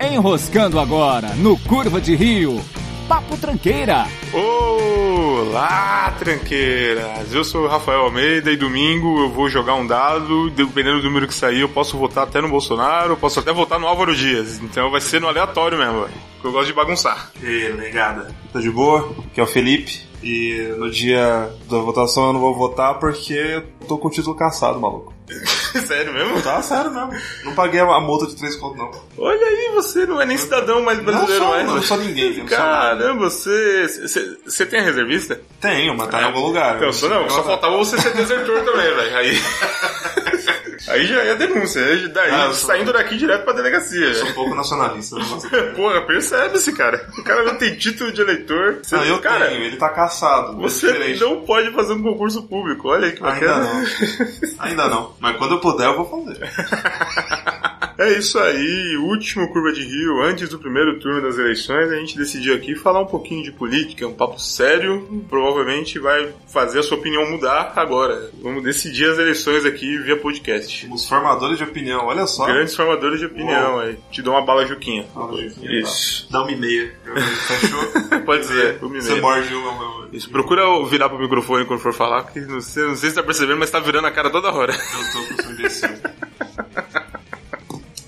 Enroscando agora no Curva de Rio. Papo Tranqueira. Olá, tranqueiras! Eu sou o Rafael Almeida e domingo eu vou jogar um dado. Dependendo do número que sair, eu posso votar até no Bolsonaro, eu posso até votar no Álvaro Dias. Então vai ser no aleatório mesmo, velho, porque eu gosto de bagunçar. E negada, tô de boa? Aqui é o Felipe. E no dia da votação eu não vou votar porque eu tô com o título caçado, maluco. Sério mesmo? Tá sério mesmo. Não paguei a multa de 3 conto, não. Olha aí, você não é nem cidadão mais brasileiro, não sou, é? não, eu sou ninguém. eu não sou nada. Caramba, você. você- Você tem a reservista? Tenho, mas tá em algum lugar. Então, só não, só faltava você ser desertor também, velho. Aí. Aí já é denúncia. aí Daí, Ah, eu sou- saindo daqui direto pra delegacia. Sou um pouco nacionalista. não gosto. Porra, percebe-se, cara. O cara não tem título de eleitor. Você- Não, eu cara, tenho, ele tá caçado. mas você diferente. não pode fazer um concurso público. Olha aí que Ainda bacana. não. Ainda não. Mas quando eu puder, eu vou fazer. É isso aí, último Curva de Rio, antes do primeiro turno das eleições, a gente decidiu aqui falar um pouquinho de política, um papo sério, provavelmente vai fazer a sua opinião mudar agora. Vamos decidir as eleições aqui via podcast. Os formadores de opinião, olha só. Grandes formadores de opinião aí. Te dou uma bala juquinha. Fala, Juquinha, Isso. tá. Dá uma e meia. Fechou? Pode dizer, uma e Você meia. morde uma. Eu Isso, procura virar pro microfone quando for falar, que não sei, não sei se tá percebendo, mas tá virando a cara toda hora. tô com o seu imbecil.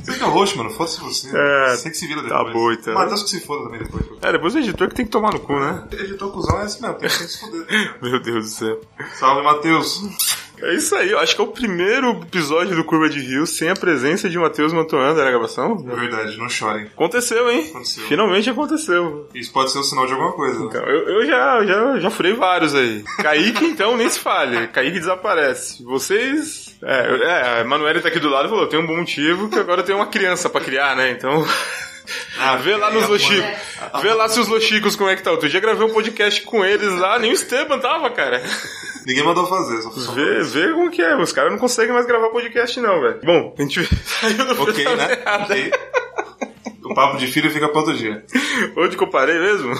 Você que é o host, mano. Foda-se você. É, Você que se vira tá depois. bom, então. Matheus que se foda também depois. É, depois o editor que tem que tomar no cu, né? Editor cuzão é esse mesmo. Tem que se foder. Meu Deus do céu. Salve, Matheus. É isso aí, eu acho que é o primeiro episódio do Curva de Rio sem a presença de Matheus Mantoanda na gravação. É verdade, não chorem. Aconteceu, hein? Aconteceu. Finalmente aconteceu. Isso pode ser um sinal de alguma coisa. né? Então, eu, eu já, já, já furei vários aí. Kaique, então, nem se fale. Kaique desaparece. Vocês. É, eu- é a Manuela tá aqui do lado e falou: tem um bom motivo que agora eu tenho uma criança pra criar, né? Então. Ah, Vê lá nos é, Lochicos. Vê lá se os Lochicos como é que tá. Outro dia gravei um podcast com eles lá, nem o Esteban tava, cara. mano, Ninguém mandou fazer. Só só- Vê, vê como que é. Os caras não conseguem mais gravar podcast, não, velho. Bom, a gente saiu do Ok, né? Ok. O papo de filho fica pra outro dia. Onde que eu parei mesmo?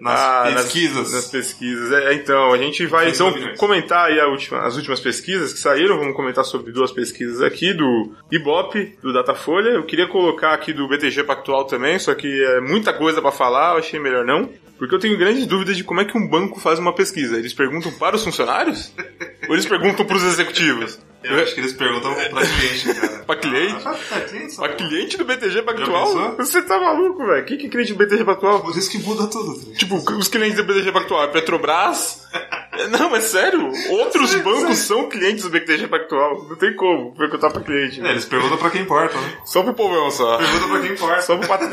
Nas Ah, pesquisas. Nas, pesquisas. É, então, a gente vai Nas então, opiniões. comentar aí a última- as últimas pesquisas que saíram. Vamos comentar sobre duas pesquisas aqui, do Ibope, do Datafolha. Eu queria colocar aqui do BTG Pactual também, só que é muita coisa pra falar, eu achei melhor não. Porque eu tenho grandes dúvidas de como é que um banco faz uma pesquisa. Eles perguntam para os funcionários? ou eles perguntam para os executivos? Eu acho que eles perguntam pra cliente, cara. Pra cliente? Ah, pra cliente, essa Pra porra. cliente do BTG Já Pactual? pensou? Você tá maluco, velho? Quem que é cliente do BTG Pactual? Por isso que muda tudo. tá cara. Tipo, os clientes do BTG Pactual é Petrobras? É, Não, mas sério, outros bancos são clientes do BTG Pactual. Não tem como perguntar pra cliente. né? É, eles perguntam pra quem importa, né? Só pro povão, só. Pergunta pra quem importa. Só pro patri...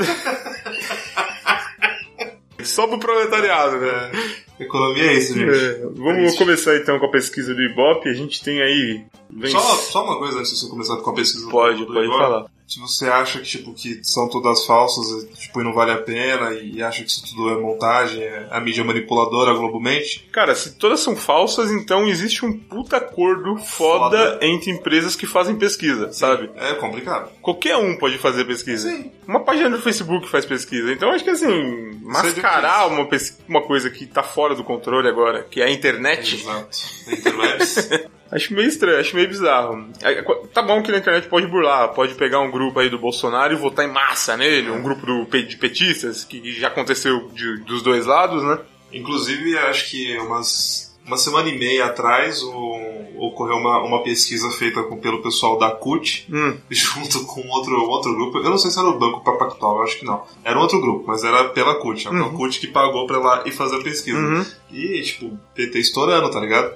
Só pro proletariado, né? É, economia é isso, gente. É, vamos começar então com a pesquisa do Ibope. A gente tem aí. Vem... Só, só uma coisa antes de você começar com a pesquisa. do- Pode, do pode Igor. falar. Se você acha que, tipo, que são todas falsas e, tipo, e não vale a pena e acha que isso tudo é montagem, é a mídia manipuladora, a globalmente, Cara, se todas são falsas, então existe um puta acordo foda, Foda. entre empresas que fazem pesquisa, sabe? é complicado. Qualquer um pode fazer pesquisa. Sim. Uma página do Facebook faz pesquisa. Então acho que assim, é mascarar uma, pes- uma coisa que tá fora do controle agora, que é a internet, Exato. Interwebs. acho meio estranho, acho meio bizarro. É, qu- Tá bom que na internet pode burlar, pode pegar um grupo aí do Bolsonaro e votar em massa nele, um grupo do, pe- de petistas, que já aconteceu de- dos dois lados, né? Inclusive, acho que umas, uma semana e meia atrás o- ocorreu uma, uma pesquisa feita com- pelo pessoal da CUT, Hum. junto com outro, outro grupo. Eu não sei se era o Banco pra Pactual, eu acho que não. Era um outro grupo, mas era pela CUT. Era a CUT que pagou pra ela ir fazer a pesquisa. Uhum. E, tipo, PT estourando, tá ligado?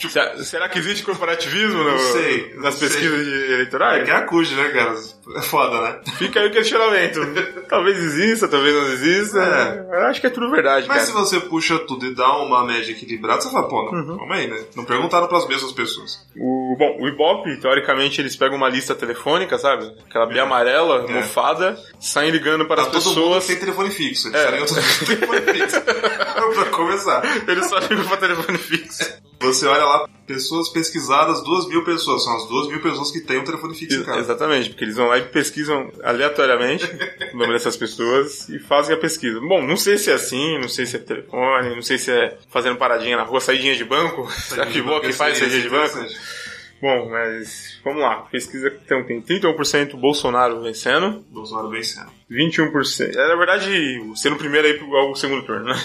Se- Será que existe corporativismo no- Não sei, não nas sei. pesquisas de É eleitorais? que é a CUT, né, cara? É foda, né? Fica aí o questionamento. talvez exista, talvez não exista. É. Eu acho que é tudo verdade, Mas se cara. Uhum. você puxa tudo e dá uma média equilibrada, você fala, pô, não, calma aí, né? Não perguntaram pras mesmas pessoas. O, bom, o Ibope, teoricamente, eles pegam uma lista telefônica, sabe? Aquela B amarela, É. mofada, saem ligando para Tá as todo mundo pessoas. sem telefone fixo. Eles É. é. telefone fixo. pra começar. Eles só ligam para telefone fixo. Você olha lá, pessoas pesquisadas, duas mil pessoas. São as duas mil pessoas que têm um telefone fixo, cara. Exatamente, porque eles vão lá e pesquisam aleatoriamente o nome dessas pessoas e fazem a pesquisa. Bom, não sei se é assim, não sei se é telefone, não sei se é fazendo paradinha na rua, saidinha de banco. Será que o Ibope faz saidinha de banco? Bom, mas vamos lá. Pesquisa então tem 31% Bolsonaro vencendo, Bolsonaro vencendo. 21%. É, na verdade, sendo o primeiro aí ao segundo turno, né?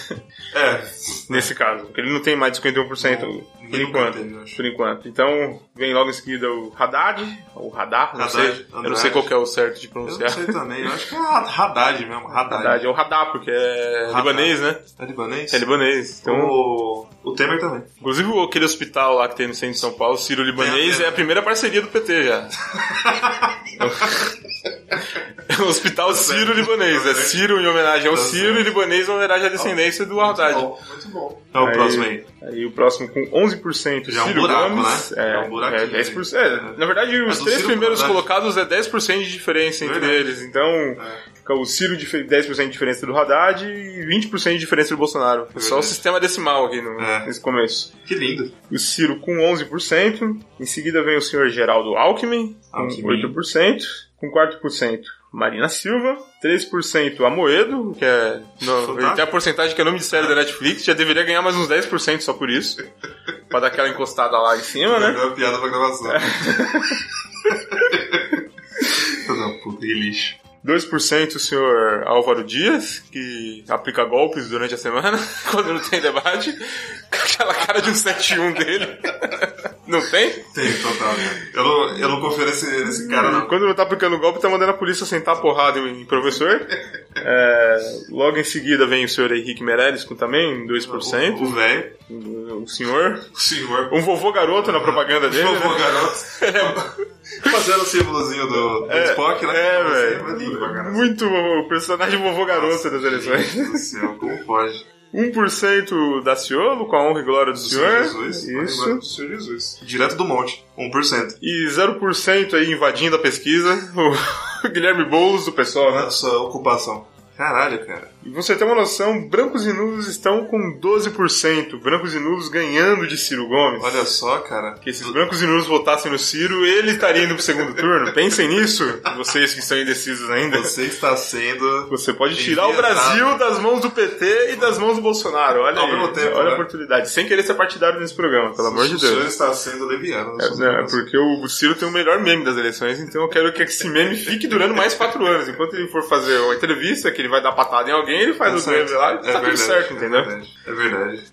É, Nesse caso. Porque ele não tem mais de 51% por ninguém enquanto. teve, eu acho. Por enquanto. Então, vem logo em seguida o Haddad, ou Radar, não Haddad, sei. Eu não Haddad. sei qual que é o certo de eu não pronunciar. sei também. Eu acho que é Haddad mesmo. Haddad. Haddad, é o Radar, porque é Haddad. libanês, né? É libanês? É libanês. Então, O, o Temer também. Inclusive aquele hospital lá que tem no centro de São Paulo, Ciro Libanês, Tem é a- a primeira parceria do PT já. É o Hospital Ciro Libanês. É Ciro em homenagem ao Tá Ciro e Libanês em homenagem à descendência do Haddad. Bom, muito bom. Então, o Aí- próximo aí. Aí o próximo com 11%, Já é um Ciro buraco, Gomes. né? É, Já é um buraquinho, é 10%. É, na verdade, Mas os o três Ciro, primeiros verdade. colocados é 10% de diferença entre Verdade. É. eles. Então, fica o Ciro de 10% de diferença do Haddad e 20% de diferença do Bolsonaro. É só o Verdade. sistema decimal aqui no- É. nesse começo. Que lindo. o Ciro com 11%, em seguida vem o senhor Geraldo Alckmin, com Alckmin. 8%, com 4%. Marina Silva, 3% Amoedo, que é. No, Fantástico. tem a porcentagem que é nome de série da Netflix, já deveria ganhar mais uns 10% só por isso. pra dar aquela encostada lá em cima, né? Agora é piada pra gravação. Não, puta, que lixo. 2% o senhor Álvaro Dias, que aplica golpes durante a semana, quando não tem debate, com aquela cara de um 7-1 dele. não tem? Tem, total. Eu não, eu não confio nesse, nesse cara, não. Quando tá aplicando golpe, tá mandando a polícia sentar a porrada em professor. É, logo em seguida vem o senhor Henrique Meirelles com também 2%. O o velho, O, o Um, senhor. o senhor. Um vovô garoto na propaganda dele. Por favor, né? garoto. Fazendo o símbolozinho do, do É, Spock, né? É, Mas tudo pra velho. caralho. Muito o personagem vovô garoto das eleições. Meu Deus do céu, como pode? 1% da Ciolo, com a honra e glória do, Do senhor. Jesus? Isso. Do Senhor Jesus. Direto do monte, 1%. E 0% aí invadindo a pesquisa. O Guilherme Boulos do pessoal, né? Nossa ocupação. Caralho, cara. E você tem uma noção, brancos e nulos estão com 12%. Brancos e nulos ganhando de Ciro Gomes. Olha só, cara. Que esses brancos e nulos votassem no Ciro, ele estaria indo pro segundo turno. Pensem nisso, vocês que estão indecisos ainda. Você está sendo. Você pode tirar o Inventado. Brasil das mãos do PT e das mãos do Bolsonaro. Olha Ao aí, mesmo tempo, olha a né? oportunidade. Sem querer ser partidário nesse programa, pelo amor de O senhor Deus. está sendo leviano. É, não, é porque o Ciro tem o melhor meme das eleições, então eu quero que esse meme fique durando mais quatro anos. Enquanto ele for fazer uma entrevista, que ele vai dar patada em alguém, ele faz o meme lá e tá tudo certo, entendeu? É verdade. é verdade.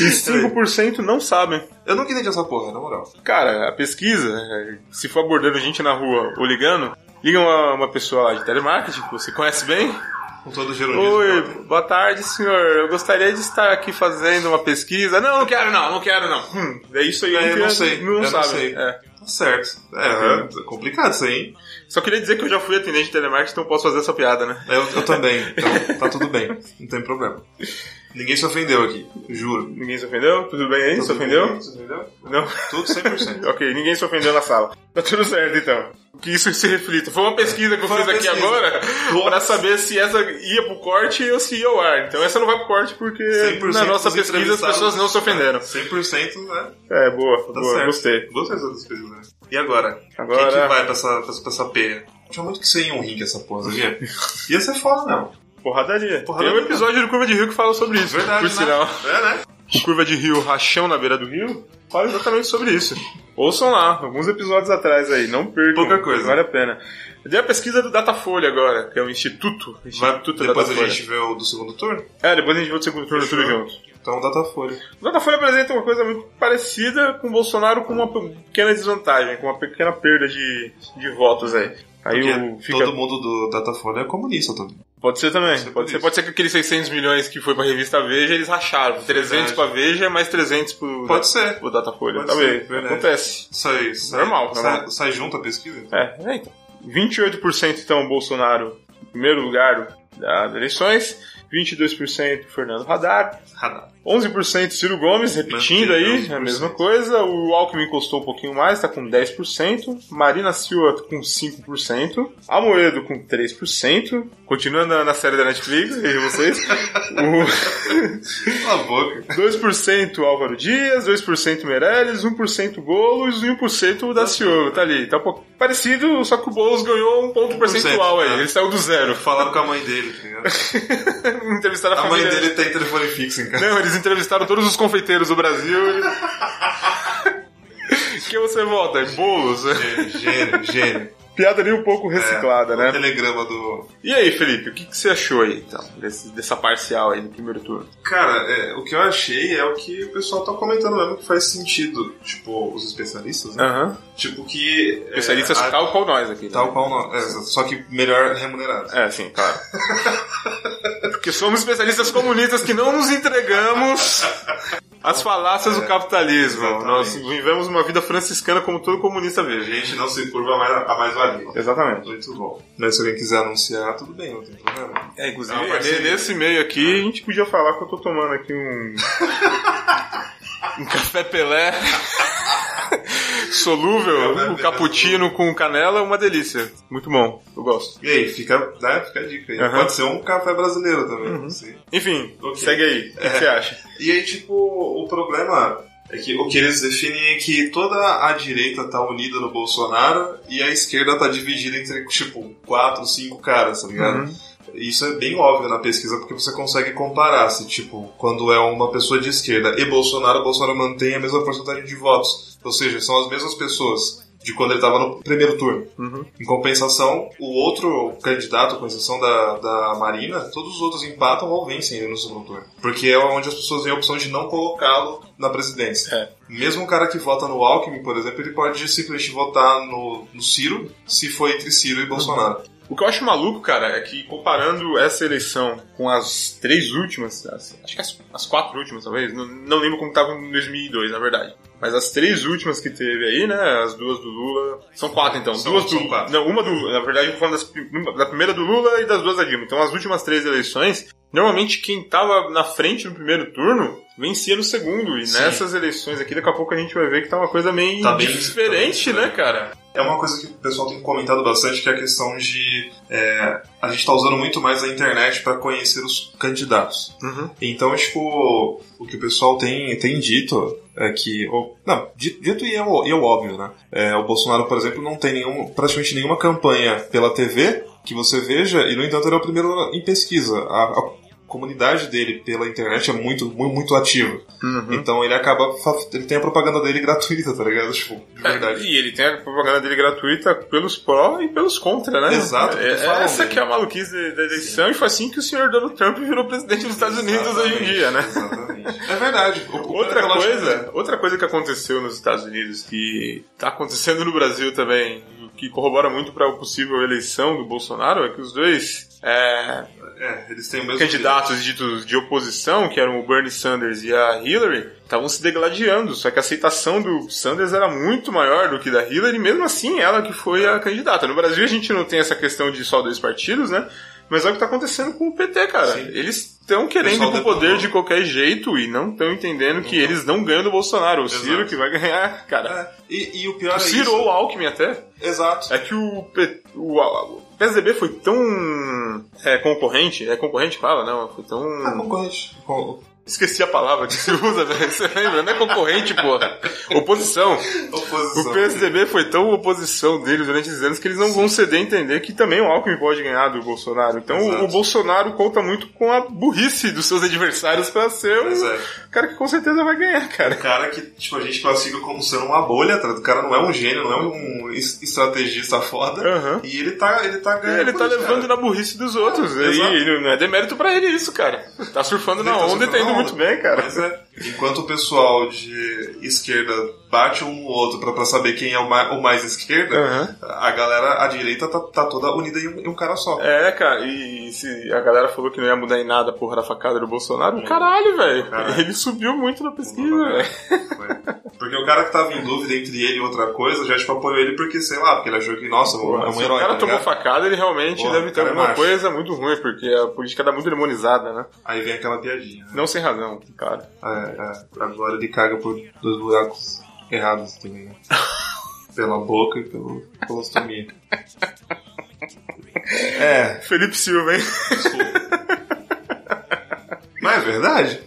E É. 5% não sabem. Eu nunca entendi essa porra, na moral. Cara, a pesquisa, é, se for abordando gente na rua ou ligando, liga uma, uma pessoa lá de telemarketing que você conhece bem. Com todo o tá gerundismo. Oi, boa tarde, senhor. Eu gostaria de estar aqui fazendo uma pesquisa. Não, não quero não, não quero não. Hum, é isso aí. É, eu que não é- sei, eu Não não sabe. sei. é. Tá certo. Uhum. É, é complicado isso aí, hein? Só queria dizer que eu já fui atendente de telemarketing, então posso fazer essa piada, né? É, Eu, eu também, então tá tudo bem, não tem problema. Ninguém se ofendeu aqui, juro. Ninguém se ofendeu? Tudo bem aí? se ofendeu? Se ofendeu? Não. Tudo 100%. Ok, ninguém se ofendeu na sala. Tá tudo certo, então. Que isso se reflita. Foi uma pesquisa que eu É, Foi fiz uma aqui pesquisa. agora Nossa. pra saber se essa ia pro corte ou se ia ao ar. Então essa não vai pro corte porque 100% na nossa dos pesquisa as entrevistados- pessoas não se ofenderam. 100%, né? É, boa, Tá boa, certo. gostei. Gostei dessas coisas, né? E agora? Agora- Quem que vai pra essa, pra, essa- pra essa peia? Tinha muito que ser em um ringue essa porra, sabia? Ia ser foda, não. Porradaria. Porradaria. Tem um episódio do Curva de Rio que fala sobre isso. por Verdade, né? sinal. É, né? O Curva de Rio, Rachão na beira do Rio, fala exatamente sobre isso. Ouçam lá, alguns episódios atrás aí, não percam. Pouca coisa. Vale a pena. Eu dei a pesquisa do Datafolha agora, que é o Instituto. Vai, Instituto depois a Datafolha. gente vê o do segundo turno. É, depois a gente vai pro segundo turno tudo junto. Então, Datafolha. Datafolha apresenta uma coisa muito parecida com o Bolsonaro com uma pequena desvantagem, com uma pequena perda de, de votos aí. Aí o Porque fica... todo mundo do Datafolha é comunista também. Pode ser também. ser por Pode ser, isso. pode ser que aqueles 600 milhões que foi pra revista Veja, eles racharam. 300 Verdade. pra Veja, mais 300 pro, Pode ser. pro Datafolha. Pode Talvez. ser, verdade. Acontece. Sai, sai, Normal, sai, normal. sai junto a pesquisa? É, é então. 28% então Bolsonaro, em primeiro lugar das eleições. 22% Fernando Haddad. Radar. 11% Ciro Gomes, repetindo aí Mantém, a 11%. mesma coisa. O Alckmin encostou um pouquinho mais, tá com 10%. Marina Silva com 5%. Amoedo com 3%. Continuando na, na série da Netflix, vejo vocês. O, Cala a boca. 2% Álvaro Dias, 2% Meirelles, 1% Boulos e 1% Daciolo. Tá ali. Tá um pouco parecido, só que o Boulos ganhou um ponto percentual aí. né? Ele saiu do zero. Falaram com a mãe dele, tá ligado? Entrevistaram a, A mãe família dele tem telefone fixo em casa. Não, eles entrevistaram todos os confeiteiros do Brasil. Quem você vota? Em Boulos? Gênio, gênio, gênio. Piada ali um pouco reciclada, O né? telegrama do, E aí, Felipe, o que, que você achou aí, então, desse- dessa parcial aí do primeiro turno? Cara, é, o que eu achei é o que o pessoal tá comentando mesmo que faz sentido. Tipo, os especialistas, né? Aham. Tipo que. é, Especialistas a- tal qual nós aqui. né? Tal qual não. é, só que melhor remunerado. É, sim, claro. Porque somos especialistas comunistas que não nos entregamos às falácias do capitalismo. É, Exatamente. Nós vivemos uma vida franciscana como todo comunista A vive. gente não se curva mais a a mais-valia. Exatamente. Muito bom. Mas se alguém quiser anunciar, tudo bem, não tem problema. É, inclusive, É uma parceria. nesse meio É. aqui, a gente podia falar que eu tô tomando aqui um. um café Pelé. solúvel, Café um Pelé cappuccino com canela, é uma delícia. Muito bom, eu gosto. E aí, fica, né, fica a dica aí. Aham. Pode ser um café brasileiro também, não sei. Enfim, Ok. É. segue aí. O que que você acha? E aí, tipo, o problema é que o que eles definem é que toda a direita tá unida no Bolsonaro e a esquerda tá dividida entre, tipo, quatro, cinco caras, tá ligado? Uhum. Isso é bem óbvio na pesquisa, porque você consegue comparar se, tipo, quando é uma pessoa de esquerda e Bolsonaro, Bolsonaro mantém a mesma porcentagem de votos. Ou seja, são as mesmas pessoas de quando ele estava no primeiro turno. Uhum. Em compensação, o outro candidato, com exceção da, da Marina, todos os outros empatam ou vencem ele no segundo turno. Porque é onde as pessoas têm a opção de não colocá-lo na presidência. É. Mesmo um cara que vota no Alckmin, por exemplo, ele pode simplesmente votar no, no Ciro, se for entre Ciro e Bolsonaro. O que eu acho maluco, cara, é que comparando essa eleição com as três últimas, as- acho que as, as quatro últimas, talvez, não, não lembro como tava em 2002, na verdade. Mas as três últimas que teve aí, né, as duas do Lula... São quatro, então. São- duas são do... quatro. Não, uma do Lula. Na verdade, eu tô falando das pri- da primeira do Lula e das duas da Dilma. Então, as últimas três eleições, normalmente quem tava na frente no primeiro turno vencia no segundo. E Sim. nessas eleições aqui, daqui a pouco a gente vai ver que tá uma coisa meio Tá bem- diferente, tá bem- né, cara? É uma coisa que o pessoal tem comentado bastante, que é a questão de é, a gente tá usando muito mais a internet para conhecer os candidatos. Uhum. Então, tipo, o que o pessoal tem, tem dito é que. ou- não, di- dito e é, o- e é o óbvio, né? É, o Bolsonaro, por exemplo, não tem nenhum, praticamente nenhuma campanha pela TV que você veja, e no entanto ele é o primeiro em pesquisa. A, a comunidade dele pela internet é muito, muito, muito ativa. Uhum. Então ele acaba. fa- Ele tem a propaganda dele gratuita, tá ligado? Tipo, de É, verdade. E ele tem a propaganda dele gratuita pelos pró e pelos contra, né? Exato, porque É, falam essa dele. que é a maluquice da eleição e foi assim que o senhor Donald Trump virou presidente dos Estados Unidos hoje em dia, né? Exatamente. É verdade. O- o- Outra aquela- coisa, outra coisa que aconteceu nos Estados Unidos que tá acontecendo no Brasil também, o que corrobora muito para a possível eleição do Bolsonaro, é que os dois é, É, eles têm o mesmo. candidatos ditos de oposição, que eram o Bernie Sanders e a Hillary, estavam se degladiando, só que a aceitação do Sanders era muito maior do que da Hillary, mesmo assim ela que foi a candidata. No Brasil a gente não tem essa questão de só dois partidos, né? Mas é o que tá acontecendo com o PT, cara. Sim. Eles estão querendo ir Pessoal pro poder detonando. de qualquer jeito e não estão entendendo que eles não ganham do Bolsonaro. O Ciro Exato. que vai ganhar, cara. É, E, e o pior O é Ciro isso. ou o Alckmin até. Exato. É que o, P- o, a- o PSDB foi tão é, concorrente, é concorrente que fala, não, foi tão... Ah, concorrente. Com- Esqueci a palavra que se usa, velho, você lembra? Não é concorrente, porra. Oposição. Oposição. O PSDB foi tão oposição dele durante esses anos que eles não vão ceder a entender que também o Alckmin pode ganhar do Bolsonaro. Então o, Exato. o Bolsonaro conta muito com a burrice dos seus adversários pra ser Mas um é, cara que com certeza vai ganhar, cara. o cara que tipo, a gente classifica como sendo uma bolha, tá? ligado? o cara não é um gênio, não é um es- estrategista foda. Aham. E ele tá, ele tá ganhando. Ele por tá isso, levando cara. na burrice dos outros. É, exato. e não é demérito pra ele isso, cara. Tá surfando Ele na tá onda e surfando tá indo na muito onda. bem, cara. Mas é. Enquanto o pessoal de esquerda bate um no outro pra, pra saber quem é o mais, o mais esquerda, Aham. a galera, a direita tá, tá toda unida em um, em um cara só. É, cara, e, e se a galera falou que não ia mudar em nada a porra da facada do Bolsonaro, caralho, velho. Hum. Caralho. Ele subiu muito na pesquisa, Mudou pra velho. Um Foi. Porque o cara que tava em dúvida entre ele e outra coisa já tipo, apoiou ele porque, sei lá, porque ele achou que, nossa, é Se um o herói. cara tá tomou ligado? facada, ele realmente Porra, deve ter cara é alguma macho. coisa muito ruim, porque a política tá muito demonizada, né? Aí vem aquela piadinha. né? Não sem razão, cara. É, é, agora ele caga por dois buracos errados também. né? Pela boca e pelo, pela ostomia. É, Felipe Silva, hein? desculpa. Mas é verdade.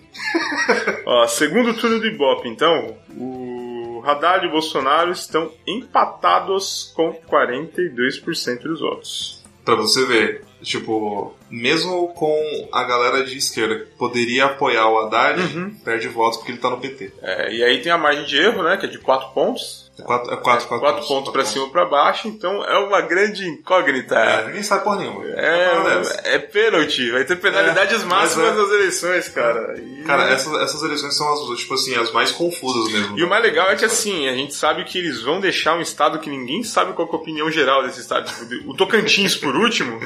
Ó, segundo turno do Ibope, então, o Haddad e o Bolsonaro estão empatados com 42% dos votos. Pra você ver, tipo, mesmo com a galera de esquerda que poderia apoiar o Haddad, Uhum. perde votos porque ele tá no PT. É, e aí tem a margem de erro, né, que é de 4 pontos. Quatro, é quatro, quatro, Quatro pontos pra cima ou pra baixo, então é uma grande incógnita. É, ninguém sabe porra nenhuma. É, é, pênalti, vai ter penalidades É, mas máximas é. nas eleições, cara. E, Cara, essas, essas eleições são as, tipo assim, as mais confusas mesmo. e o mais legal é que assim, a gente sabe que eles vão deixar um estado que ninguém sabe qual que é a opinião geral desse estado. Tipo, o Tocantins por último,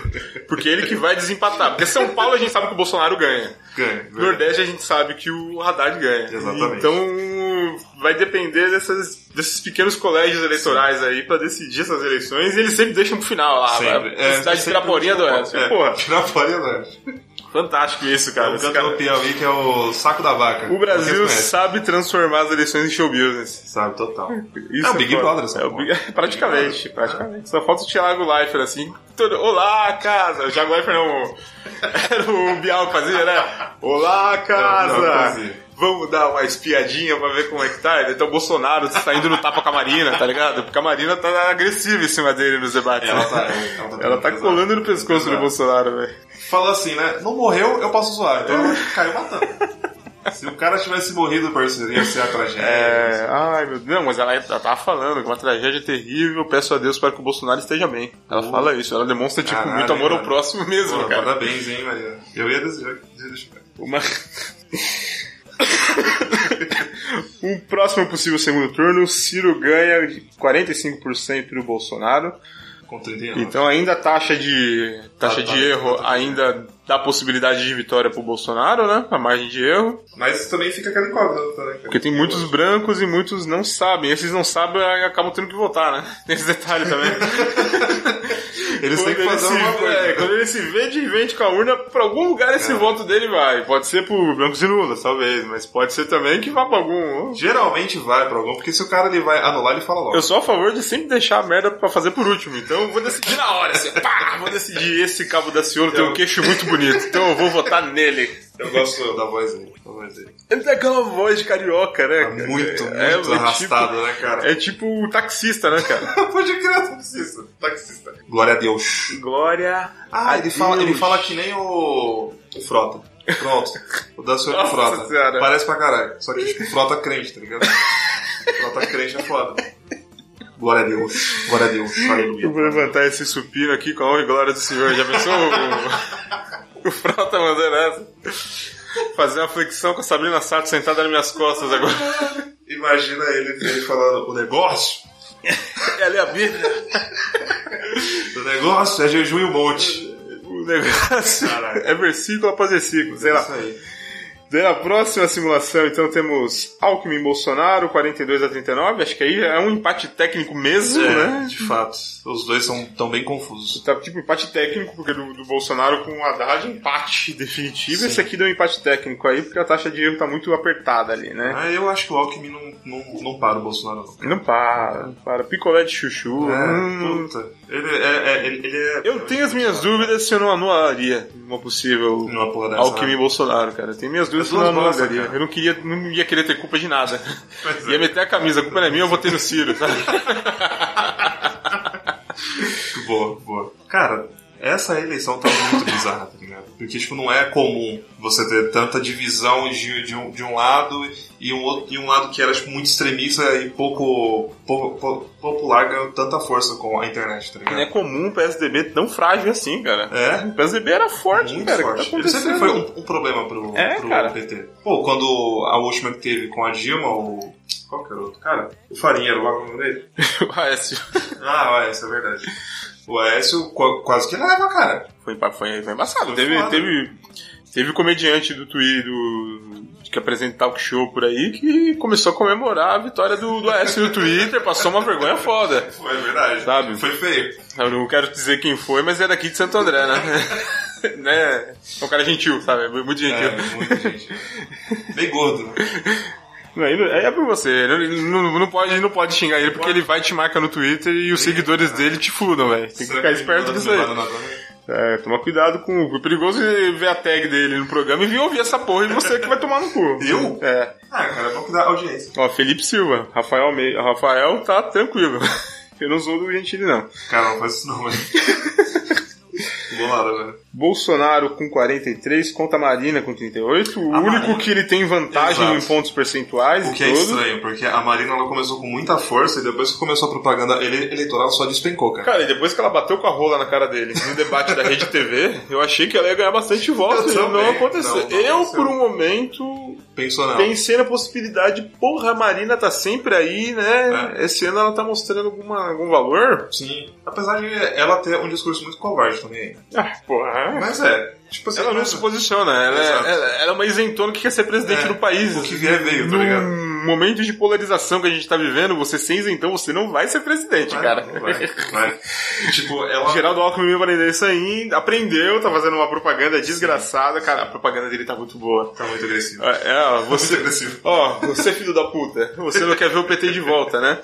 porque é ele que vai desempatar. Porque São Paulo a gente sabe que o Bolsonaro ganha. Ganha, No Nordeste a gente sabe que o Haddad ganha. Exatamente. Então vai depender dessas, desses pequenos colégios eleitorais aí pra decidir essas eleições e eles sempre deixam pro final lá. Sempre. A cidade de Piraporinha do Oeste. É, Porra, Piraporinha do Oeste. fantástico isso, cara. o Esse canto cara- do Piauí que é o saco da vaca. O Brasil Vocês conhecem, sabe transformar as eleições em show business. Sabe, total. Isso é o Big foda. Brother, essa É o porra. Big- Praticamente, praticamente. Só falta o Thiago Leifert assim. todo- Olá, casa! O Thiago Leifert não. Era o Bial que fazia, né? Olá, Não, não casa! fazia. Vamos dar uma espiadinha pra ver como é que tá. Então o Bolsonaro saindo no tapa com a Marina, tá ligado? Porque a Marina tá agressiva em cima dele nos debates. Ela tá, Ela tá colando no pescoço do Exato. Bolsonaro, velho. Falou assim, né? Não morreu, eu posso zoar. Então ela É. caiu matando. Se o cara tivesse morrido, parceiro, ia ser a tragédia. É, ai meu Deus. Não, mas ela, é, ela tava falando que uma tragédia terrível, peço a Deus para que o Bolsonaro esteja bem. Ela fala isso, ela demonstra, tipo, Caralho, muito amor ao cara. próximo mesmo, Pô, cara. Parabéns, hein, Maria. Eu ia desejar que deixa eu ver. Uma... um próximo possível segundo turno, Ciro ganha de 45% do Bolsonaro. com um. 39. Então ainda a taxa de taxa Ah, tá. de erro ainda dá possibilidade de vitória pro Bolsonaro, né? A margem de erro. Mas também fica aquela incógnita, né? cara? Porque tem muitos brancos e muitos não sabem. Esses não sabem aí acabam tendo que votar, né? Tem esse detalhe também. Eles têm que Quando ele fazer se- alguma coisa. É. é, quando ele se vê de vende com a urna, pra algum lugar esse voto dele vai. Pode ser pro Brancos e Lula, talvez, mas pode ser também que vá pra algum. Geralmente vai pra algum, porque se o cara ele vai anular, ele fala logo. Eu sou a favor de sempre deixar a merda pra fazer por último. Então eu vou decidir na hora. Assim, pá, vou decidir. Esse cabo da senhora tem um queixo muito bonito. Então eu vou votar nele. Eu gosto da voz dele. Da voz dele. Ele tem aquela voz de carioca, né? Tá cara? muito, muito É, é tipo- arrastado, né, cara? É tipo o taxista, né, cara? é, Pode criar taxista. Taxista. Glória a Deus. Glória. Ah, a ele fala, Deus. ele fala que nem o, o Frota. Pronto. O da senhora Nossa Frota. Senhora. Parece pra caralho. Só que, tipo, Frota crente, tá ligado? Frota crente é foda. Glória a Deus. Glória a Deus. Eu vou Aleluia. levantar esse supino aqui com a honra e glória do Senhor. Já pensou o, o Frota tá mandando essa? Fazer uma flexão com a Sabrina Sato sentada nas minhas costas agora. Imagina ele, ele falando o negócio. Ela é a Bíblia. O negócio é jejum e um monte. O negócio Caraca. é versículo após versículo, sei lá. É Isso aí. Daí na próxima simulação, então, temos Alckmin e Bolsonaro, 42 a 39. Acho que aí é um empate técnico mesmo, É, né? de fato. Os dois são tão bem confusos. Tá tipo empate técnico, porque do, do Bolsonaro com o Haddad, empate definitivo. Esse aqui deu um empate técnico aí, porque a taxa de erro tá muito apertada ali, né? Ah, eu acho que o Alckmin não, não, não para o Bolsonaro, não. Não para, não para. Picolé de chuchu. hum. É, puta. Ele é, é- ele, ele é. Eu tenho as minhas dúvidas se eu não anularia uma possível Numa porra dessa. né? Alckmin e Bolsonaro, cara. Eu tenho minhas dúvidas É se eu não duas bosta, anularia. cara. Eu não, queria, não ia querer ter culpa de nada. Pois é. Ia meter a camisa, a culpa não é minha, eu votei no Ciro, sabe? é, Boa, boa. Cara, essa eleição tá muito bizarra, tá ligado? Porque, tipo, não é comum você ter tanta divisão de, de, um, de um lado e um, outro, e um lado que era, tipo, muito extremista e pouco, pouco, po- popular ganhou tanta força com a internet, tá Não é ligado? comum o PSDB tão frágil assim, cara. É. O PSDB era forte, Muito cara. forte. O que tá Ele sempre foi acontecendo? um, um problema pro, É, pro cara. PT. Pô, quando a última que teve com a Dilma, o. Qual que era o outro? Cara, o Farinha era lá com o nome dele? O Aécio. Ah, o Aécio, é verdade. O Aécio qua- quase que leva, cara. Foi, empa- foi, foi embaçado. Foi Teve, foda. teve, teve comediante do Twitter do, que apresenta talk show por aí que começou a comemorar a vitória do, do Aécio no Twitter, passou uma vergonha foda. Foi verdade. Sabe? Foi feio. Eu não quero dizer quem foi, mas é daqui de Santo André, né? né? É um cara gentil, sabe? Muito gentil. É, muita gente. Bem gordo. Não, aí não- aí é por você. Não, não, não pode, não pode xingar ele, porque ele vai te marcar no Twitter e os seguidores dele te fudam, velho. Tem que Será ficar esperto com isso aí. É, toma cuidado com o. É perigoso ver a tag dele no programa e vir ouvir essa porra e você que vai tomar no cu. Eu? É. Ah, cara, é bom que dá audiência. Ó, Felipe Silva. Rafael, Alme- Rafael tá tranquilo. Eu não sou do Gentili, não. Cara, não faz isso não, velho. Bolado, né? velho. Bolsonaro com 43, conta Marina com 38. O A único Marina. que ele tem vantagem Exato. em pontos percentuais O e que é tudo. estranho, porque a Marina ela começou com muita força e depois que começou a propaganda ele- eleitoral só despencou, cara. Cara, e depois que ela bateu com a rola na cara dele no debate da Rede TV, eu achei que ela ia ganhar bastante votos. Eu e não também. aconteceu. Não, não eu, aconteceu. por um momento, Pensou não. pensei na possibilidade, porra, a Marina tá sempre aí, É. né? Esse ano ela tá mostrando alguma, algum valor. Sim. Apesar de ela ter um discurso muito covarde também. Ah, porra. É. Mas é. Tipo assim, Ela não mas- se posiciona, ela é, Exato. ela- ela é uma isentona que quer ser presidente É, do país. o que vier veio, tá ligado? Num momento de polarização que a gente tá vivendo, você sem isentão, você não vai ser presidente, Vai, cara. É, Vai, vai. tipo, ela. Geraldo Alckmin vai aprender isso aí, aprendeu, tá fazendo uma propaganda desgraçada, cara, a propaganda dele tá muito boa. Tá muito agressiva. É, é, ó, você, Muito agressivo. ó, você filho da puta, você não quer ver o PT de volta, né?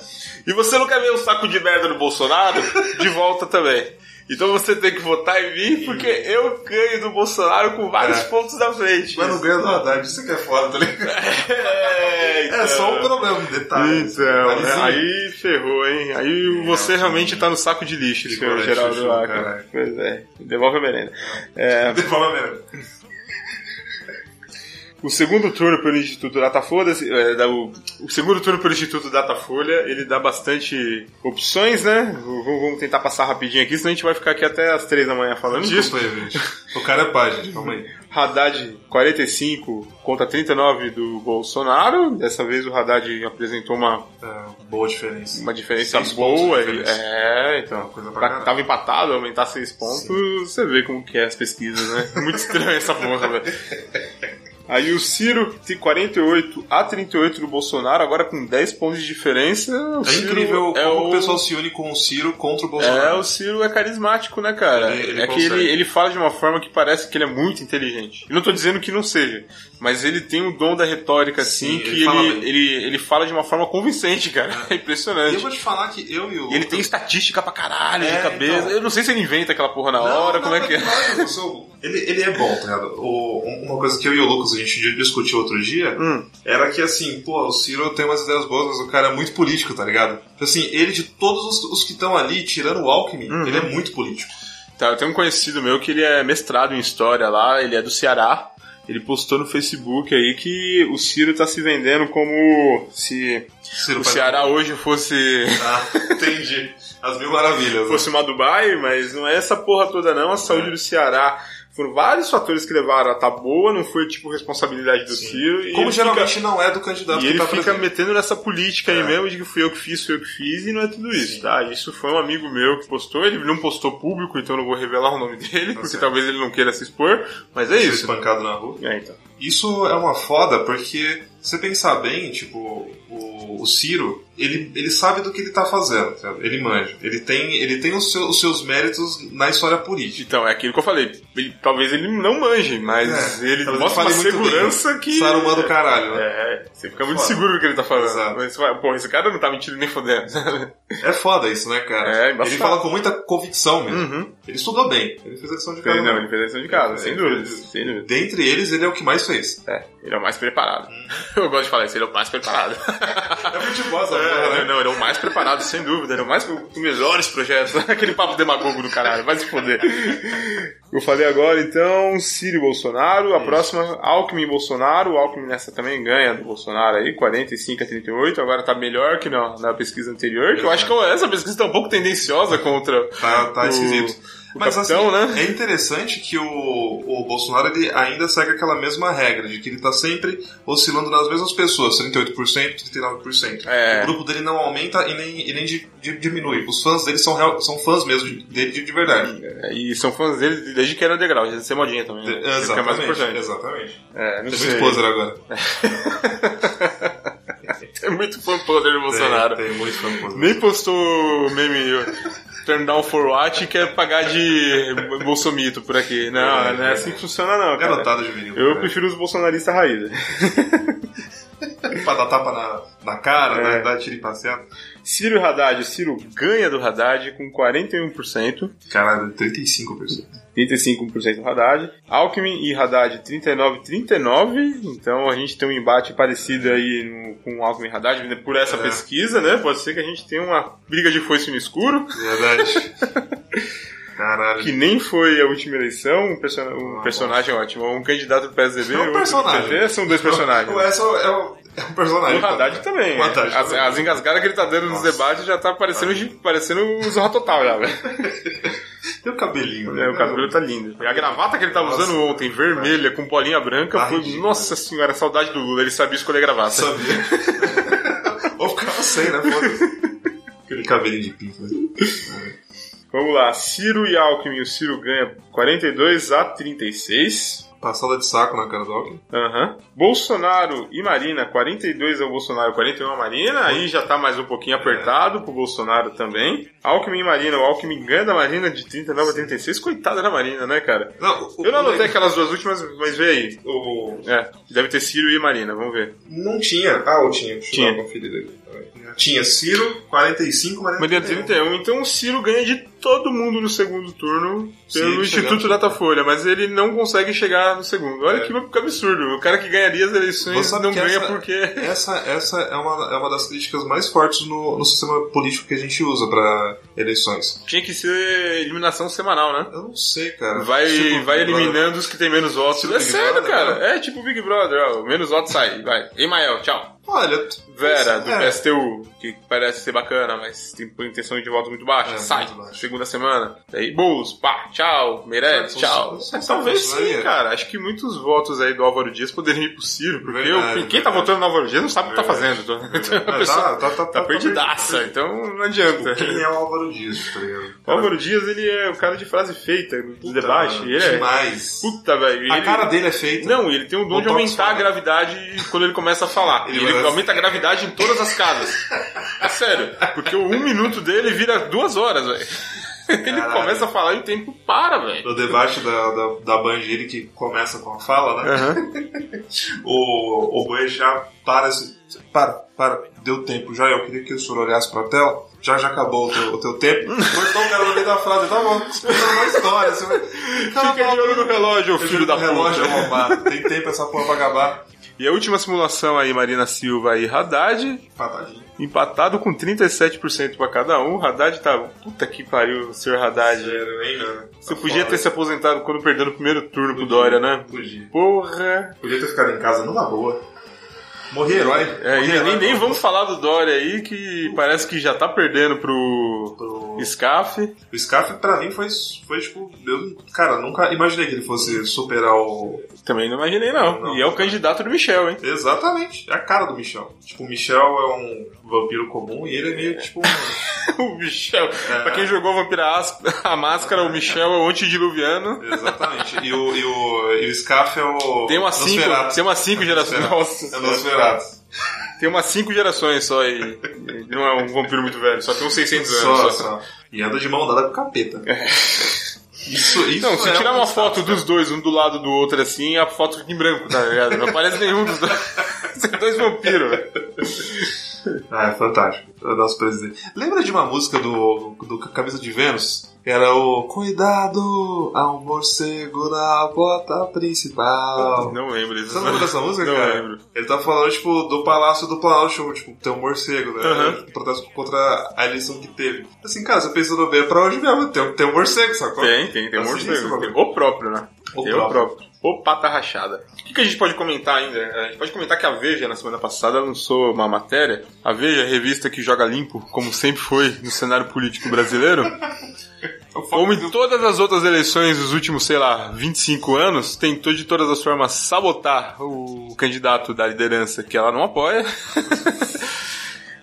E você não quer ver o saco de merda do Bolsonaro de volta também. Então você tem que votar em mim, porque eu ganho do Bolsonaro com vários É. pontos da frente. Mas não ganha do Haddad, isso que é foda, tá ligado? É, É só um problema, um detalhe. Então, Mas, é, assim, aí ferrou, hein? Aí É, você sim. né? realmente tá no saco de lixo, Que senhor corante, Geraldo chuchu, Alckmin. caralho. Pois é, devolve a merenda. É, de forma mesmo. O segundo turno pelo Instituto Datafolha, é, dá o, o segundo turno pelo Instituto Datafolha, ele dá bastante opções, né? V- Vamos, vamos tentar passar rapidinho aqui, senão a gente vai ficar aqui até as três da manhã falando disso. Desculpa aí, gente. O cara é pá, gente, calma aí. Haddad 45 contra 39 do Bolsonaro. Dessa vez o Haddad apresentou uma, É, boa diferença. uma diferença Seis pontos boa. de ele- diferença. É, então. Então, coisa pra Tá- caralho. Tava empatado, aumentar seis pontos, você vê como que é as pesquisas, né? Muito estranha essa porra, velho. Aí o Ciro de 48 a 38 do Bolsonaro, agora com 10 pontos de diferença. O É Ciro incrível é como o, o pessoal se une com o Ciro contra o Bolsonaro. É, o Ciro é carismático, né, cara? Ele- ele é que ele, consegue. ele fala de uma forma que parece que ele é muito inteligente. Eu não tô dizendo que não seja, mas ele tem um dom da retórica, assim, Sim, que ele fala ele, bem. ele, ele fala de uma forma convincente, cara. É E eu impressionante. vou te falar que eu e o. E ele tem estatística pra caralho de É, cabeça. então. Eu não sei se ele inventa aquela porra na Não, hora, não, como é que é. não, eu sou- Ele, ele é bom, tá ligado? O- uma coisa que eu e o Lucas a gente discutiu outro dia Hum. era que, assim, pô, o Ciro tem umas ideias boas, mas o cara é muito político, tá ligado? Tipo Assim, ele de todos os, os que estão ali, tirando o Alckmin, Uhum. ele é muito político. Tá, eu tenho um conhecido meu que ele é mestrado em história lá, ele é do Ceará. Ele postou no Facebook aí que o Ciro tá se vendendo como se Ciro o faz- Ceará hoje fosse Ah, entendi. As mil maravilhas. né? fosse uma Dubai, mas não é essa porra toda não, a É. saúde do Ceará. Foram vários fatores que levaram a tá boa, não foi tipo responsabilidade do Sim. Ciro. e Como ele geralmente fica- não é do candidato E que ele tá fica presente. metendo nessa política aí É. mesmo de que fui eu que fiz, fui eu que fiz, e não é tudo isso, Sim. tá? Isso foi um amigo meu que postou, ele não postou público, então eu não vou revelar o nome dele, porque Tá certo. talvez ele não queira se expor, mas é Ser isso. espancado na rua. É, então. Isso é uma foda porque se você pensar bem, tipo, o, o Ciro, ele, ele sabe do que ele tá fazendo, sabe? ele manja. Ele tem, ele tem os, seus, os seus méritos na história política. Então, é aquilo que eu falei. Ele- talvez ele não manje, mas É, ele talvez mostra uma ele fale muito segurança que. Saruman do caralho, né? É, você fica muito Foda. seguro do que ele tá falando. Exato. Mas, ué, porra, esse cara não tá mentindo nem fodendo. sabe? É. foda isso, né, cara? É, ele embaçado. fala com muita convicção mesmo. uhum. Ele estudou bem, ele fez a lição de casa. Ele, não, ele fez né? a lição de casa, É, sem ele dúvida. fez- Sem dúvida. Dentre eles, ele é o que mais fez. É, ele é o mais preparado. Uhum. Eu gosto de falar isso, ele é o mais preparado. É muito boa essa porra, É, né? não, ele é o mais preparado, sem dúvida. Ele é o mais com com melhores projetos. Aquele papo demagogo do caralho, vai se foder. Eu falei agora, então, Ciro e Bolsonaro. A próxima, Alckmin e Bolsonaro. O Alckmin nessa também ganha do Bolsonaro aí, 45 a 38. Agora tá melhor que na, na pesquisa anterior. Que eu acho que essa pesquisa tá um pouco tendenciosa contra Tá, tá O- esquisito. o capitão, né? é interessante que o, o Bolsonaro ele ainda segue aquela mesma regra, de que ele tá sempre oscilando nas mesmas pessoas, 38%, 39%. É. O grupo dele não aumenta e nem, e nem di- di- diminui. Os fãs dele são, real- são fãs mesmo de- dele de, de Hum. verdade. E são fãs dele desde que era degrau, desde ser modinha também. Né? Isso que é mais importante. exatamente. É, não Tem sei. muito poser agora. Tem muito fã poder do Bolsonaro. Tem, tem muito fã poser. Nem postou meme Turn down for what e quer pagar de bolsomito por aqui. Não, Verdade, não é assim que funciona não, cara. Garotada juvenil. Eu cara. prefiro os bolsonaristas raiz. Pra dar tapa na, na cara, É. né, dar tiro em passeado. Ciro e Haddad, o Ciro ganha do Haddad com 41%, Caralho, 35%. 35% do Haddad. Alckmin e Haddad 39, 39. Então a gente tem um embate parecido aí no- com Alckmin e Haddad né, por essa É. pesquisa, né? Pode ser que a gente tenha uma briga de foice no escuro. Verdade. Caralho. que nem foi a última eleição, um, person- um Ah, personagem ótimo, um candidato do PSDB, É um outro do personagem. PT, são um dois personagens. O Edson é um, é um personagem. O tá- Haddad também. O Haddad as, também. as engasgadas que ele tá dando nos Nossa. debates já tá parecendo, de- parecendo o Zorra Total já, velho. Tem o cabelinho, né? É, o cabelo tá lindo. E a gravata que ele tava usando Nossa. ontem, vermelha, com bolinha branca, Tá foi. ridículo, Nossa senhora, saudade do Lula, ele sabia escolher gravata. Sabia. Ou ficava sem, né? Foda-se. Aquele cabelinho de pinto. né? Vamos lá, Ciro e Alckmin. O Ciro ganha 42 a 36. Passada de saco na cara do Alckmin. Aham. Bolsonaro e Marina, 42 ao Bolsonaro, 41 é a Marina. Aí já tá mais um pouquinho apertado pro Bolsonaro também. Alckmin e Marina, o Alckmin ganha da Marina de 39 a 36. Coitada da Marina, né, cara? Não, o- é Eu não o- anotei aquelas duas últimas, mas vê aí. o- É, deve ter Ciro e Marina, vamos ver. Não tinha. Ah, eu tinha. Deixa Tinha. eu dar uma conferida aqui. Tinha Ciro, 45, mas... Marina 31, então o Ciro ganha de todo mundo no segundo turno Se pelo ele chegar- Instituto Datafolha, mas ele não consegue chegar no segundo. Olha É. que, que absurdo. O cara que ganharia as eleições Você sabe não que ganha essa- porque. Essa, essa é, uma, é uma das críticas mais fortes no, no sistema político que a gente usa pra eleições. Tinha que ser eliminação semanal, né? Eu não sei, cara. Vai, Tipo, vai agora- eliminando os que tem menos votos. Tipo é Big sério, Brother, cara. É tipo Big Brother, ó. Menos votos sai, vai. Emael, tchau. Olha... Vera, do é, PSTU, que parece ser bacana, mas tem por intenção de votos muito baixa. É, sai, muito baixa. segunda semana. Daí, Boulos, pá, tchau. Meirelles, Sabe, tchau. são- É, são- talvez são- sim, é. cara. Acho que muitos votos aí do Álvaro Dias poderiam ir pro Ciro, porque o- Verdade, quem tá verdade. votando no Álvaro Dias não sabe o que tá Verdade. fazendo. é, A pessoa tá, tá, tá, tá perdidaça, então não adianta. Tipo, Quem é o Álvaro Dias, tá ligado? O Álvaro Dias, ele é o cara de frase feita, do Puta, debate. Ele é. Demais. Puta, velho. A ele- cara dele é feita. Não, ele tem o dom O de toque aumentar a fala. gravidade quando ele começa a falar. Ele Ele, ele vai- aumenta a gravidade em todas as casas. É sério. Porque o um minuto dele vira duas horas, velho. Ele Caralho. começa a falar e o tempo para, velho. No debate da, da, da Band, ele que começa com a fala, né? O, o Boechat para assim, para, para, deu tempo já, eu queria que o senhor olhasse pra tela, já já acabou o teu, o teu tempo, cortou o cara no meio da frase, tá bom, explicando uma história, você vai... Fica de olho no relógio, ô filho da O relógio é puta. roubado, tem tempo essa porra pra acabar. E a última simulação aí, Marina Silva e Haddad. Patadinho. Empatado com 37% pra cada um. Haddad tá. Puta que pariu, senhor Haddad. Sério, hein, mano? Você Tá podia foda. ter se aposentado quando perdeu no primeiro turno pro Dória, né? Podia. Porra. Podia ter ficado em casa, não na boa. Morrer herói. É, Morrer e nem, herói, nem não. vamos falar do Dória aí, que parece que já tá perdendo pro Pro- Scaf. O Scarf, pra mim, foi, foi tipo. Eu, cara, nunca imaginei que ele fosse superar o. Também não imaginei, não. Não. E é o candidato do Michel, hein? Exatamente, é a cara do Michel. Tipo, o Michel é um vampiro comum e ele é meio tipo. um- o Michel. Pra quem jogou Vampira As- a Máscara, o Michel é o antidiluviano. Exatamente. E o, e o, e o Scarf é o. Tem umas cinco, Nosferatu. tem umas cinco gerações. Nosferatu. Nossa, É o Nosferatu. tem umas cinco gerações só aí. Não é um vampiro muito velho, só tem uns 600 anos. só. Só, É. só. E anda de mão dada com o capeta. Isso, isso. Não, se é tirar um uma status, foto dos dois, um do lado do outro assim, a foto fica em branco, tá ligado? Não aparece nenhum dos dois. São dois vampiros, velho. Ah, é fantástico. O nosso presidente. Lembra de uma música do, do Camisa de Vênus? Era o Cuidado, há um morcego na bota principal. Não lembro Você disso. não lembra dessa música, Não é. cara? lembro. Ele tá falando, tipo, do Palácio do Planalto, tipo, tem um morcego, né? Aham. Protesto contra a eleição que teve. Assim, cara, você pensando bem, é pra onde mesmo? Tem, tem um morcego, sacou? Tem, tem, tem um Tá morcego. sinistro, Tem mano. o próprio, né? O tem o próprio. O pata rachada. O que, que a gente pode comentar ainda? A gente pode comentar que a Veja, na semana passada, lançou uma matéria. A Veja, revista que joga limpo, como sempre foi no cenário político brasileiro. Como em todas as outras eleições dos últimos, sei lá, 25 anos, tentou de todas as formas sabotar o candidato da liderança que ela não apoia.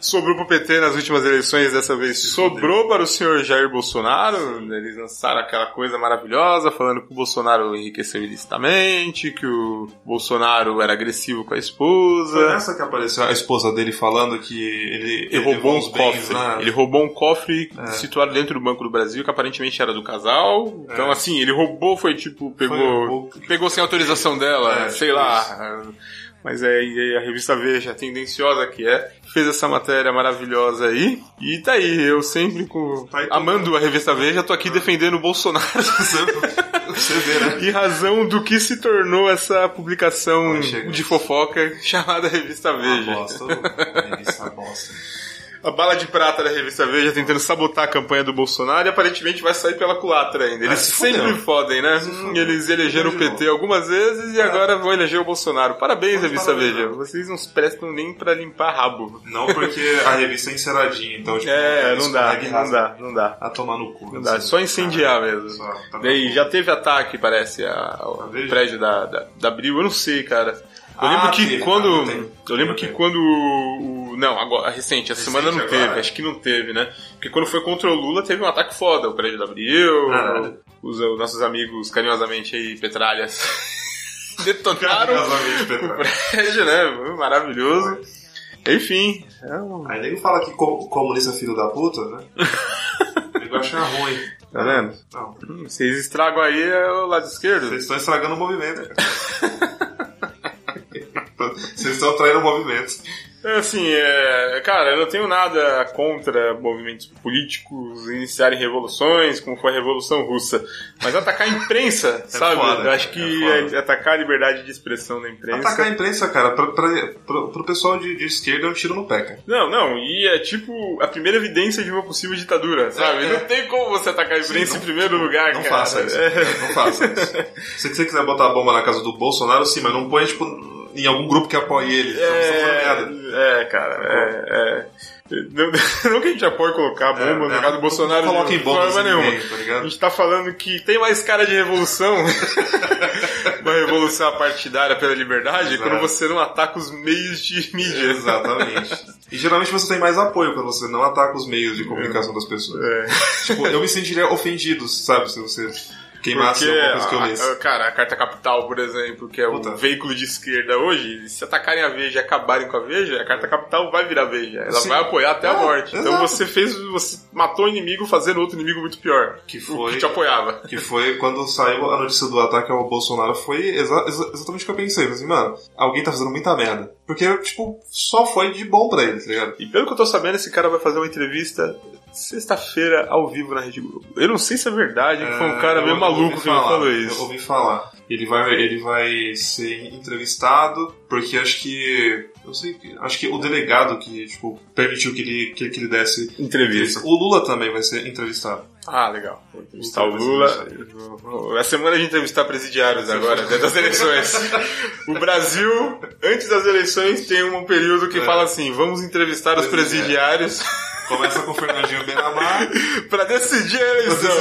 Sobrou pro PT nas últimas eleições, dessa vez sobrou para o senhor Jair Bolsonaro. Eles lançaram aquela coisa maravilhosa, falando que o Bolsonaro enriqueceu ilicitamente, que o Bolsonaro era agressivo com a Foi né? esposa. nessa que apareceu a esposa dele falando que ele, Ele roubou uns um cofre. né? Ele roubou um cofre É. situado dentro do Banco do Brasil, que aparentemente era do casal. Então, É. assim, ele roubou, foi tipo, pegou. roubou. Pegou sem autorização dela, É, sei tipo lá. Mas é, e a revista Veja, tendenciosa que é, fez essa matéria maravilhosa aí. E tá aí, eu sempre com. Tá aí tudo. Ah. amando a revista Veja, tô aqui defendendo o Bolsonaro. Você- Você vê, né? em razão do que se tornou essa publicação Olha, chega. de fofoca chamada Revista Uma Veja. é bosta. ô. Revista bosta. a bala de prata da revista Veja tentando sabotar a campanha do Bolsonaro e aparentemente vai sair pela culatra ainda. Eles Ah, se sempre fudeu. fodem, né? Se Hum, fudeu. Eles elegeram o Fudeu de PT algumas vezes e É. agora vão eleger o Bolsonaro. Parabéns, Mas revista parabéns, Veja. né? Vocês não se prestam nem pra limpar rabo. Não porque a revista é enceradinha, então tipo, É, eles não dá, conseguem não rasgar. dá, não dá. A tomar no cu. assim. Não dá, é só incendiar mesmo. Só, tá bom. Daí já teve ataque, parece, a- ao Veja. prédio da, da, da Abril, eu não sei, cara. Eu Ah, lembro que teve, quando. ah, tem. eu lembro Não que tem. quando. o- o- Não, agora, recente, a semana não agora, teve, é. acho que não teve, né? Porque quando foi contra o Lula teve um ataque foda, o prédio da Abril, Caralho. os, os nossos amigos carinhosamente aí, petralhas, detonaram Curiosamente, o Pedro. prédio, né? Foi Maravilhoso. Enfim, é um- Aí nego fala que co- comunista é filho da puta, né? O nego acha ruim. Tá vendo? Não, Hum, vocês estragam aí é, o lado esquerdo. vocês estão estragando o movimento, cara. Vocês estão atraindo o movimento. É, Assim, é, cara, eu não tenho nada contra movimentos políticos iniciarem revoluções, como foi a Revolução Russa. Mas atacar a imprensa, sabe? foda, eu acho é que foda. é- atacar a liberdade de expressão da imprensa. Atacar a imprensa, cara, pra, pra, pro, pro pessoal de, de esquerda é um tiro no pé, cara. Não, não, e é tipo a primeira evidência de uma possível ditadura, sabe? É, é. Não tem como você atacar a imprensa Sim, não- em primeiro lugar, Não cara. faça isso. É. Não faça isso. Se você quiser botar a bomba na casa do Bolsonaro, sim, mas não põe, tipo, em algum grupo que apoie ele. Então, você tá falando merda. É, é, cara, é. é. Não, não que a gente apoie colocar bomba no é, mercado do não Bolsonaro Coloca de em bombas forma nenhuma. tá A ligado? gente tá falando que tem mais cara de revolução, uma revolução partidária pela liberdade, Exato. quando você não ataca os meios de mídia. Exatamente. E geralmente você tem mais apoio quando você não ataca os meios de comunicação das pessoas. É, Tipo, eu me sentiria ofendido, sabe, se você queimasse porque, alguma coisa um que eu a- lesse. a- cara, a Carta Capital, por exemplo, que é o Puta. veículo de esquerda hoje, se atacarem a Veja e acabarem com a Veja, a Carta Capital vai virar Veja. Ela Sim. vai apoiar até a É, morte. Então exato. você fez, você matou o inimigo fazendo outro inimigo muito pior, Que o foi, que te apoiava. que foi quando saiu a notícia do ataque ao Bolsonaro, foi exa- exa- exatamente o que eu pensei. Falei assim, mano, alguém tá fazendo muita merda. Porque, tipo, só foi de bom pra ele, tá ligado? E pelo que eu tô sabendo, esse cara vai fazer uma entrevista sexta-feira ao vivo na Rede Globo. Eu não sei se é verdade, que foi um É, cara meio eu maluco que ouvi me falar, falou Eu isso. ouvi falar. Ele vai, ele vai ser entrevistado, porque acho que. Eu sei que. Acho que o delegado que, tipo, permitiu que ele, que, que ele desse. Entrevista. O Lula também vai ser entrevistado. Ah, legal. Vou Entrevistar o Lula. É a semana de entrevistar presidiários agora, dentro das eleições. O Brasil, antes das eleições, tem um período que É. fala assim: vamos entrevistar os presidiários Começa com o Fernandinho Benamar, pra decidir a eleição.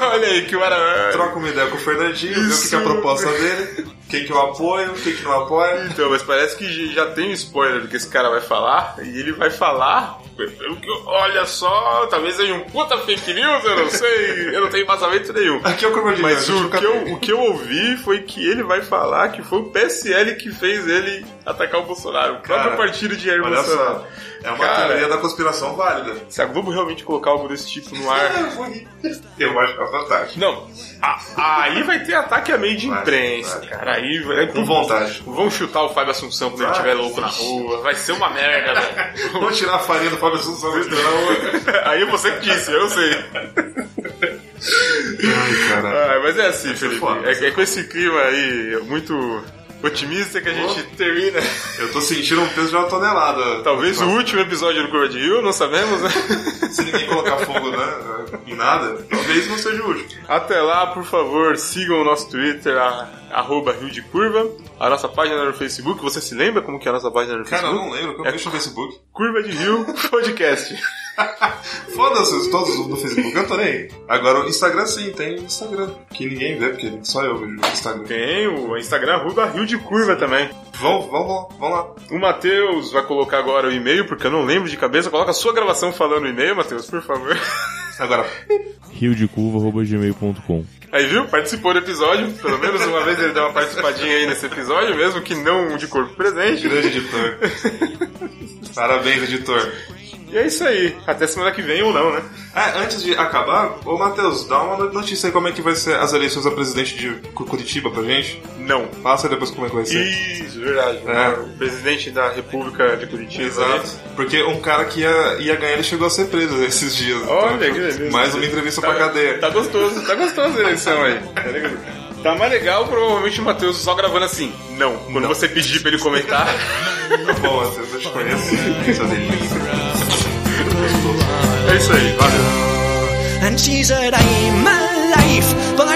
Olha aí que maravilha. troca uma ideia com o Fernandinho, vê o que Isso. que é a proposta dele, quem que eu apoio, quem que não apoia. Então, mas parece que já tem um spoiler do que esse cara vai falar, e ele vai falar. pelo que eu- Olha só, talvez seja um puta fake news, eu não sei, eu não tenho embasamento nenhum. Aqui é o Crocodilo. Mas a gente o nunca- que, eu, o que eu ouvi foi que ele vai falar que foi o PSL que fez ele atacar o Bolsonaro. O próprio Cara, partido de Jair Olha Bolsonaro. só, é uma Cara. teoria da conspiração válida. Se a Globo realmente colocar algo desse tipo no ar. Eu acho que é fantástico. Não, a- aí vai ter ataque a meio de Vai, imprensa, vai. cara. Aí vai. Com vontade. Vão chutar o Fábio Assunção quando ele Vai. estiver louco na rua. Vai ser uma merda, velho. Vou tirar a farinha do Fábio Assunção e esperar outra. Aí você que disse, eu não sei. Ai, cara. Ah, mas é assim, ser Felipe. foda, É, vai ser é com esse clima aí muito otimista que a gente termina. Eu tô sentindo um peso de uma tonelada. Talvez o Mas último episódio do Curva de Rio, não sabemos, né? Se ninguém colocar fogo né, em nada, talvez não seja o último. Até lá, por favor, sigam o nosso Twitter, a- arroba Rio de Curva, a nossa página no Facebook. Você se lembra como que é a nossa página no Cara, eu Facebook? não lembro. É- Eu deixo no Facebook. Curva de Rio Podcast. Foda-se todos do Facebook. Eu tô nem aí. Agora, o Instagram sim, tem Instagram. Que ninguém vê, porque só eu vejo o Instagram. Tem o Instagram, arroba Rio de Curva também. Vão, vão lá, vão lá. O Matheus vai colocar agora o e-mail, porque eu não lembro de cabeça. Coloca a sua gravação falando o e-mail, Matheus, por favor. Agora, riodecurva.gmail.com Aí, viu? Participou do episódio. Pelo menos uma vez ele deu uma participadinha aí nesse episódio, mesmo que não de corpo presente. né? grande editor. Parabéns, editor. E é isso aí. Até semana que vem ou não, né? É, antes de acabar, ô Matheus, dá uma notícia aí como é que vai ser as eleições a presidente de Cu- Curitiba pra gente. Não. Passa depois como é que vai ser. Isso, verdade. É. O presidente da República de Curitiba. Exato. Porque um cara que ia, ia ganhar, ele chegou a ser preso esses dias. Então, Olha, que delícia. Mais uma entrevista pra cadeia. Tá gostoso, tá gostosa a eleição aí. Tá mais legal, provavelmente o Matheus só gravando assim. Não. Quando você pedir pra ele comentar. é Tá bom, Matheus, eu te conheço. Isso é delícia. É isso aí, valeu. And she said, I'm alive, but I Oh,